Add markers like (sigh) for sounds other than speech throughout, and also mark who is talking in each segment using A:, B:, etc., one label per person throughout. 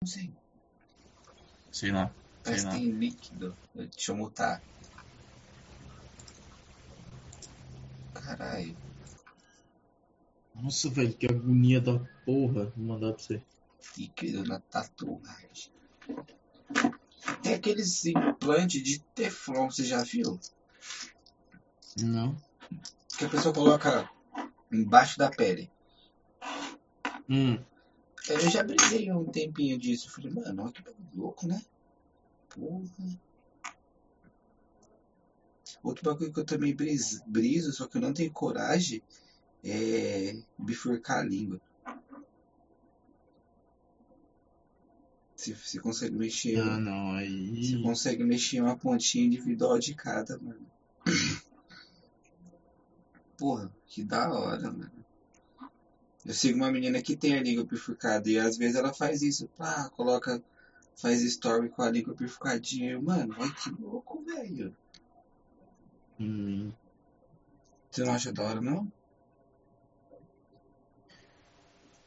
A: Não sei.
B: Sei lá. Sei
A: Parece que
B: lá.
A: tem líquido. Deixa eu mutar. Caralho.
C: Nossa, velho, que agonia da porra. Vou mandar pra você.
A: Líquido na tatuagem. Tem aqueles implantes de Teflon, você já viu?
C: Não.
A: Que a pessoa coloca embaixo da pele.
C: Hum.
A: Eu já brisei um tempinho disso. Falei, mano, olha que bagulho louco, né? Porra. Outro bagulho que eu também bris- briso, só que eu não tenho coragem, é bifurcar a língua. Você, você consegue mexer.
C: Ah, não.
A: Você
B: é
C: Aí.
A: consegue mexer uma pontinha individual de cada, mano. Porra, que da hora, mano. Eu sigo uma menina que tem a língua bifurcada e às vezes ela faz isso, pá, coloca, faz story com a língua bifurcadinha. Eu, Mano, olha que louco, velho.
C: Hum.
A: Você não acha da hora, não?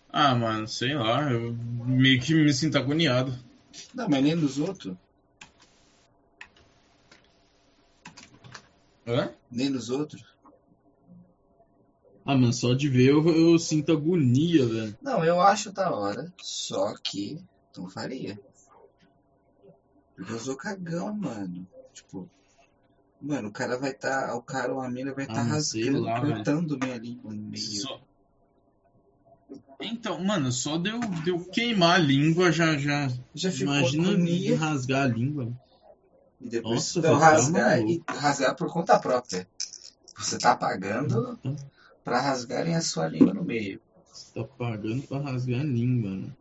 B: Ah, mano, sei lá. Eu meio que me sinto agoniado.
A: Não, mas nem dos outros.
B: Hã?
A: Nem dos outros.
C: Ah, mano, só de ver eu, eu sinto agonia, velho.
A: Não, eu acho da hora, só que não faria. Porque eu sou cagão, mano. Tipo, mano, o cara vai tá, o cara ou a mina vai
C: Ah,
A: tá
C: mas sei
A: rasgando,
C: lá,
A: cortando minha língua no meio.
B: Só- Então, mano, só deu, deu queimar a língua já. já...
A: Já ficou
C: Imagina de
A: agonia
C: rasgar a língua.
B: né?
A: e depois
C: Nossa, tá
A: não,
C: vai ficar
A: rasgar e rasgar por conta própria. Você tá pagando
C: Uhum.
A: pra rasgarem a sua língua no meio.
C: Você tá pagando pra rasgar a língua,
B: né?
C: mano.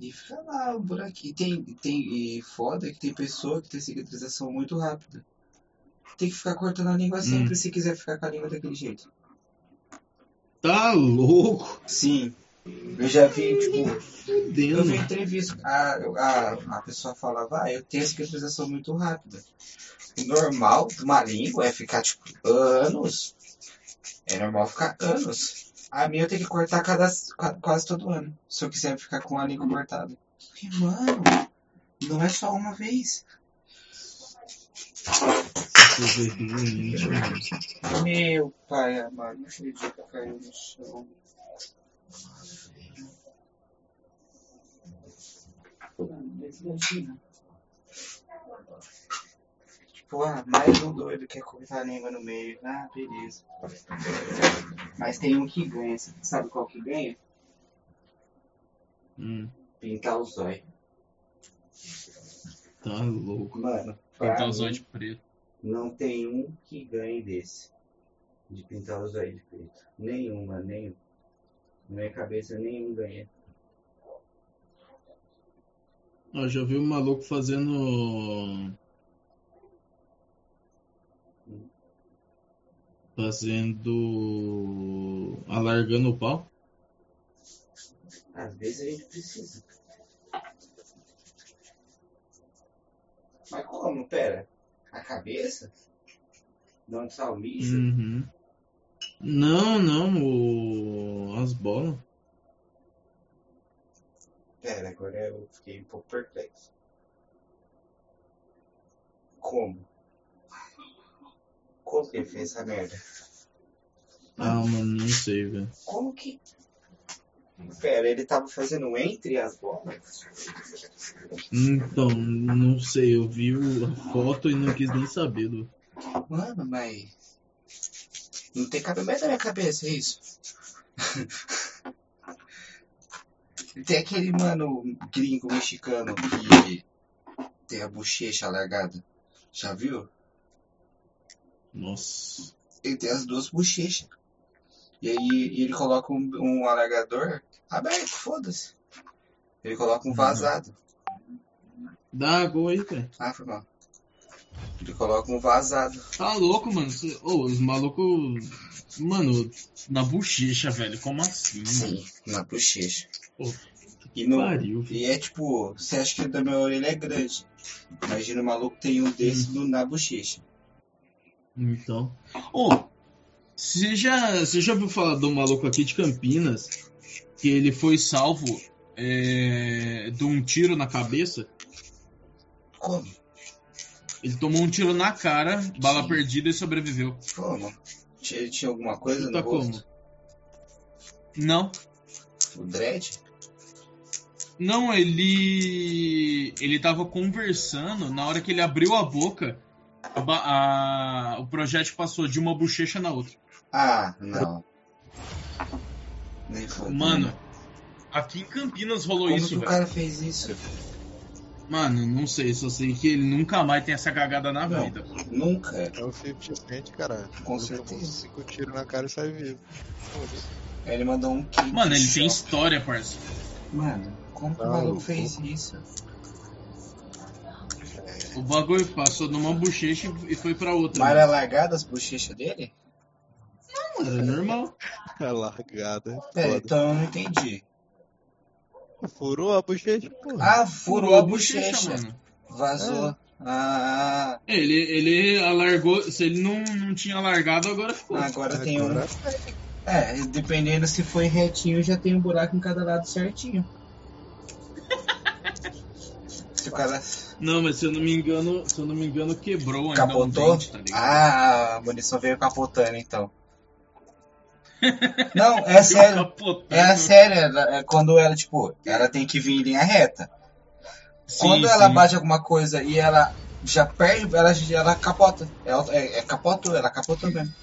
A: E fica lá o buraquinho. Tem, tem, e foda é que tem pessoa que tem cicatrização muito rápida. Tem que ficar cortando a língua sempre se quiser ficar com a língua daquele jeito.
C: Tá louco?
A: Sim. Eu já vi, tipo, eu
C: Fudendo.
A: vi entrevista, a, a, a pessoa falava, ah, eu tenho a cicatrização muito rápida. O normal de uma língua é ficar, tipo, anos. É normal ficar anos. A minha eu tenho que cortar cada, qua- quase todo ano, se eu quiser ficar com a língua cortada. E, mano, não é só uma vez.
C: Deixa eu ver aqui, gente, mano.
A: Meu pai amado, não acredito que caiu no chão. Tipo, ah, mais um doido quer cortar a língua no meio. Ah, beleza. Mas tem um que ganha. Você sabe qual que ganha?
C: Hum,
A: Pintar o zóio.
C: tá louco.
A: Mano, pra
B: Cortar os
A: mim,
B: olhos de preto.
A: não tem um que ganhe desse. De pintar o zóio de preto. Nenhuma, nenhum. Na minha cabeça, nenhum ganha.
C: Ó, já vi um maluco fazendo. Fazendo. Alargando o pau.
A: Às vezes a gente precisa. Mas como? Pera. A cabeça? Não salmista?
C: Uhum. Não, não, o... as bolas.
A: Pera, agora eu fiquei um pouco perplexo. Como? Como que ele fez essa merda?
C: Ah, mano, não sei, velho.
A: Como que. Pera, ele tava fazendo um entre as bolas?
C: Então, não sei, eu vi o- a foto e não quis nem saber. Do...
A: Mano, mas. Não tem cabimento na minha cabeça, é isso? (laughs) tem aquele, mano, gringo mexicano que tem a bochecha alargada. Já viu?
C: Nossa.
A: Ele tem as duas bochechas. E aí e ele coloca um, um alargador aberto, foda-se. Ele coloca um vazado.
C: Dá água aí, velho.
A: Ah, foi mal. Ele coloca um vazado.
C: Tá louco, mano. Cê- Ô, os malucos. Mano,
B: Na bochecha, velho. Como assim, mano?
A: Sim, na bochecha.
C: Pô,
A: E no,
C: pariu, velho.
A: E é tipo, você acha que da minha orelha é grande. Imagina o maluco tem um desse no, na bochecha.
C: Então. Ô, você já, você já ouviu falar do maluco aqui de Campinas? Que ele foi salvo é, de um tiro na cabeça.
A: Como?
C: Ele tomou um tiro na cara, bala
A: Sim.
C: perdida e sobreviveu.
A: Como? Tinha, tinha alguma coisa
C: Chuta
A: no rosto?
C: Tá como? Não,
A: O dread?
C: não, ele. Ele tava conversando, na hora que ele abriu a boca, a ba- a- o projétil passou de uma bochecha na outra.
A: Ah, não. Nem fudendo.
C: Mano, aqui em Campinas rolou
A: como
C: isso,
A: que o
C: velho.
A: cara fez isso?
C: Mano, não sei, só sei que ele nunca mais tem essa cagada na
A: Não.
C: vida.
A: Nunca.
D: É o 50 cara.
A: Com
D: Ele tomou
A: certeza.
D: cinco tiros na cara e sai vivo. Foda-se.
A: Ele mandou um kick.
C: Mano, ele
A: shot.
C: tem história, parça.
A: Mano, como que o
D: Tá
A: maluco
D: louco.
A: fez isso?
C: O bagulho passou de uma bochecha e foi pra outra.
A: Mas era largada as bochechas dele?
C: Mano, era normal.
D: É largada.
A: Pera,
D: Foda.
A: então eu não entendi.
D: Furou a bochecha, porra.
A: então- Ah, furou a bochecha.
C: mano.
A: Vazou.
D: É.
A: Ah, ah,
C: Ele, ele alargou. Se ele não, não tinha largado, agora ficou.
A: ah, agora tem um.
D: Agora-
A: É, dependendo se foi retinho, já tem um buraco em cada lado certinho. se o cara
C: Não, mas se eu não me engano, se eu não me engano, quebrou ainda
A: capotou.
C: um dente, tá ligado?
A: ah, a munição veio capotando então. Não, é sério.
C: Capotou.
A: É a série, ela- é quando ela, tipo, ela tem que vir em linha reta.
C: Sim,
A: quando ela
C: sim.
A: bate alguma coisa e ela já perde, ela, ela capota. Ela, é, é capotou, ela capotou mesmo.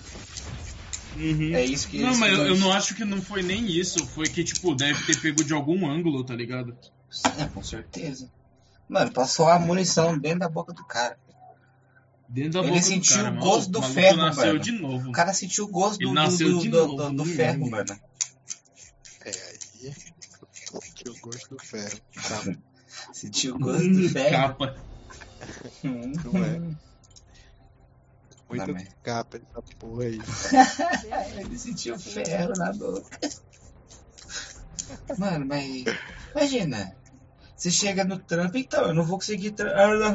C: Uhum.
A: É isso que
C: Não,
A: isso
C: mas
A: que
C: eu, eu não acho que não foi nem isso. Foi que, tipo, deve ter pego de algum ângulo, tá ligado?
A: É, com certeza. Mano, passou a munição dentro da boca do cara.
C: Dentro da
A: Ele
C: boca
A: sentiu
C: do cara,
A: o
C: mano.
A: gosto do
C: maluco
A: ferro,
C: nasceu
A: mano.
C: de novo.
A: O cara sentiu o gosto
C: Ele
A: do, do,
C: nasceu
A: do,
C: de
A: do-
C: novo,
A: do- do
C: hum.
A: ferro, mano.
D: É aí. é Que eu gosto do ferro.
A: (laughs)
D: Tá,
A: Sentiu o gosto
C: Hum,
A: do ferro.
C: Capa.
A: Hum.
D: não é.
A: Também.
D: Muito capa essa porra aí.
A: É, Ele sentiu ferro na boca. Mano, mas. Imagina. Você chega no trampo, então, eu não vou conseguir. tra- Mas é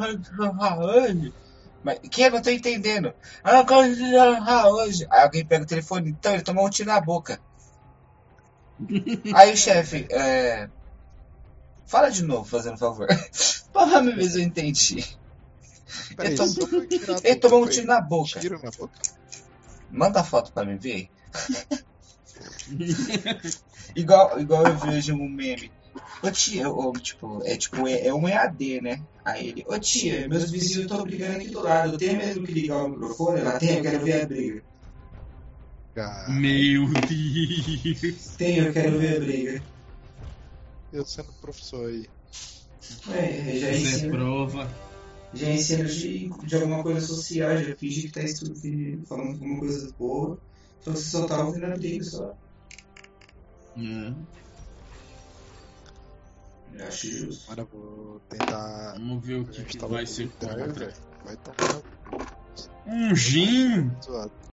A: que eu não tô entendendo. Ah, eu quero trabalhar hoje. Aí alguém pega o telefone, então ele tomou um tiro na boca. Aí o chefe, é. Fala de novo, fazendo favor. (laughs) Fala me ver se eu entendi.
D: Peraí,
A: tomou-
D: só foi tirar a
A: Ele
D: boca,
A: tomou um
D: foi
A: tiro na boca.
D: Tiro na boca?
A: Manda a foto pra mim ver. (laughs) igual, igual eu vejo um meme. Ô tia, ô, tipo, é tipo, é, é um EAD, né? Aí ele, ô tia, meus vizinhos estão brigando aqui do lado, tem mesmo que ligar o microfone? Ela tem, eu quero ver a briga.
D: Cara,
C: Meu Deus.
A: Tem, eu quero ver a briga.
D: eu sendo professor aí.
A: É, já
C: Isso é
A: ensino,
C: prova.
A: já ensino de, de alguma coisa social, já finge que tá estudando, falando alguma coisa boa. Então você só tá ouvindo a briga, só.
C: É.
A: Eu acho justo.
D: Agora eu vou tentar.
C: Vamos ver o
D: Tá
C: que, que
D: Instalar
C: vai
D: o
C: ser
D: drive,
C: contra.
D: velho. Vai tomar
C: Um gin.
D: zoado.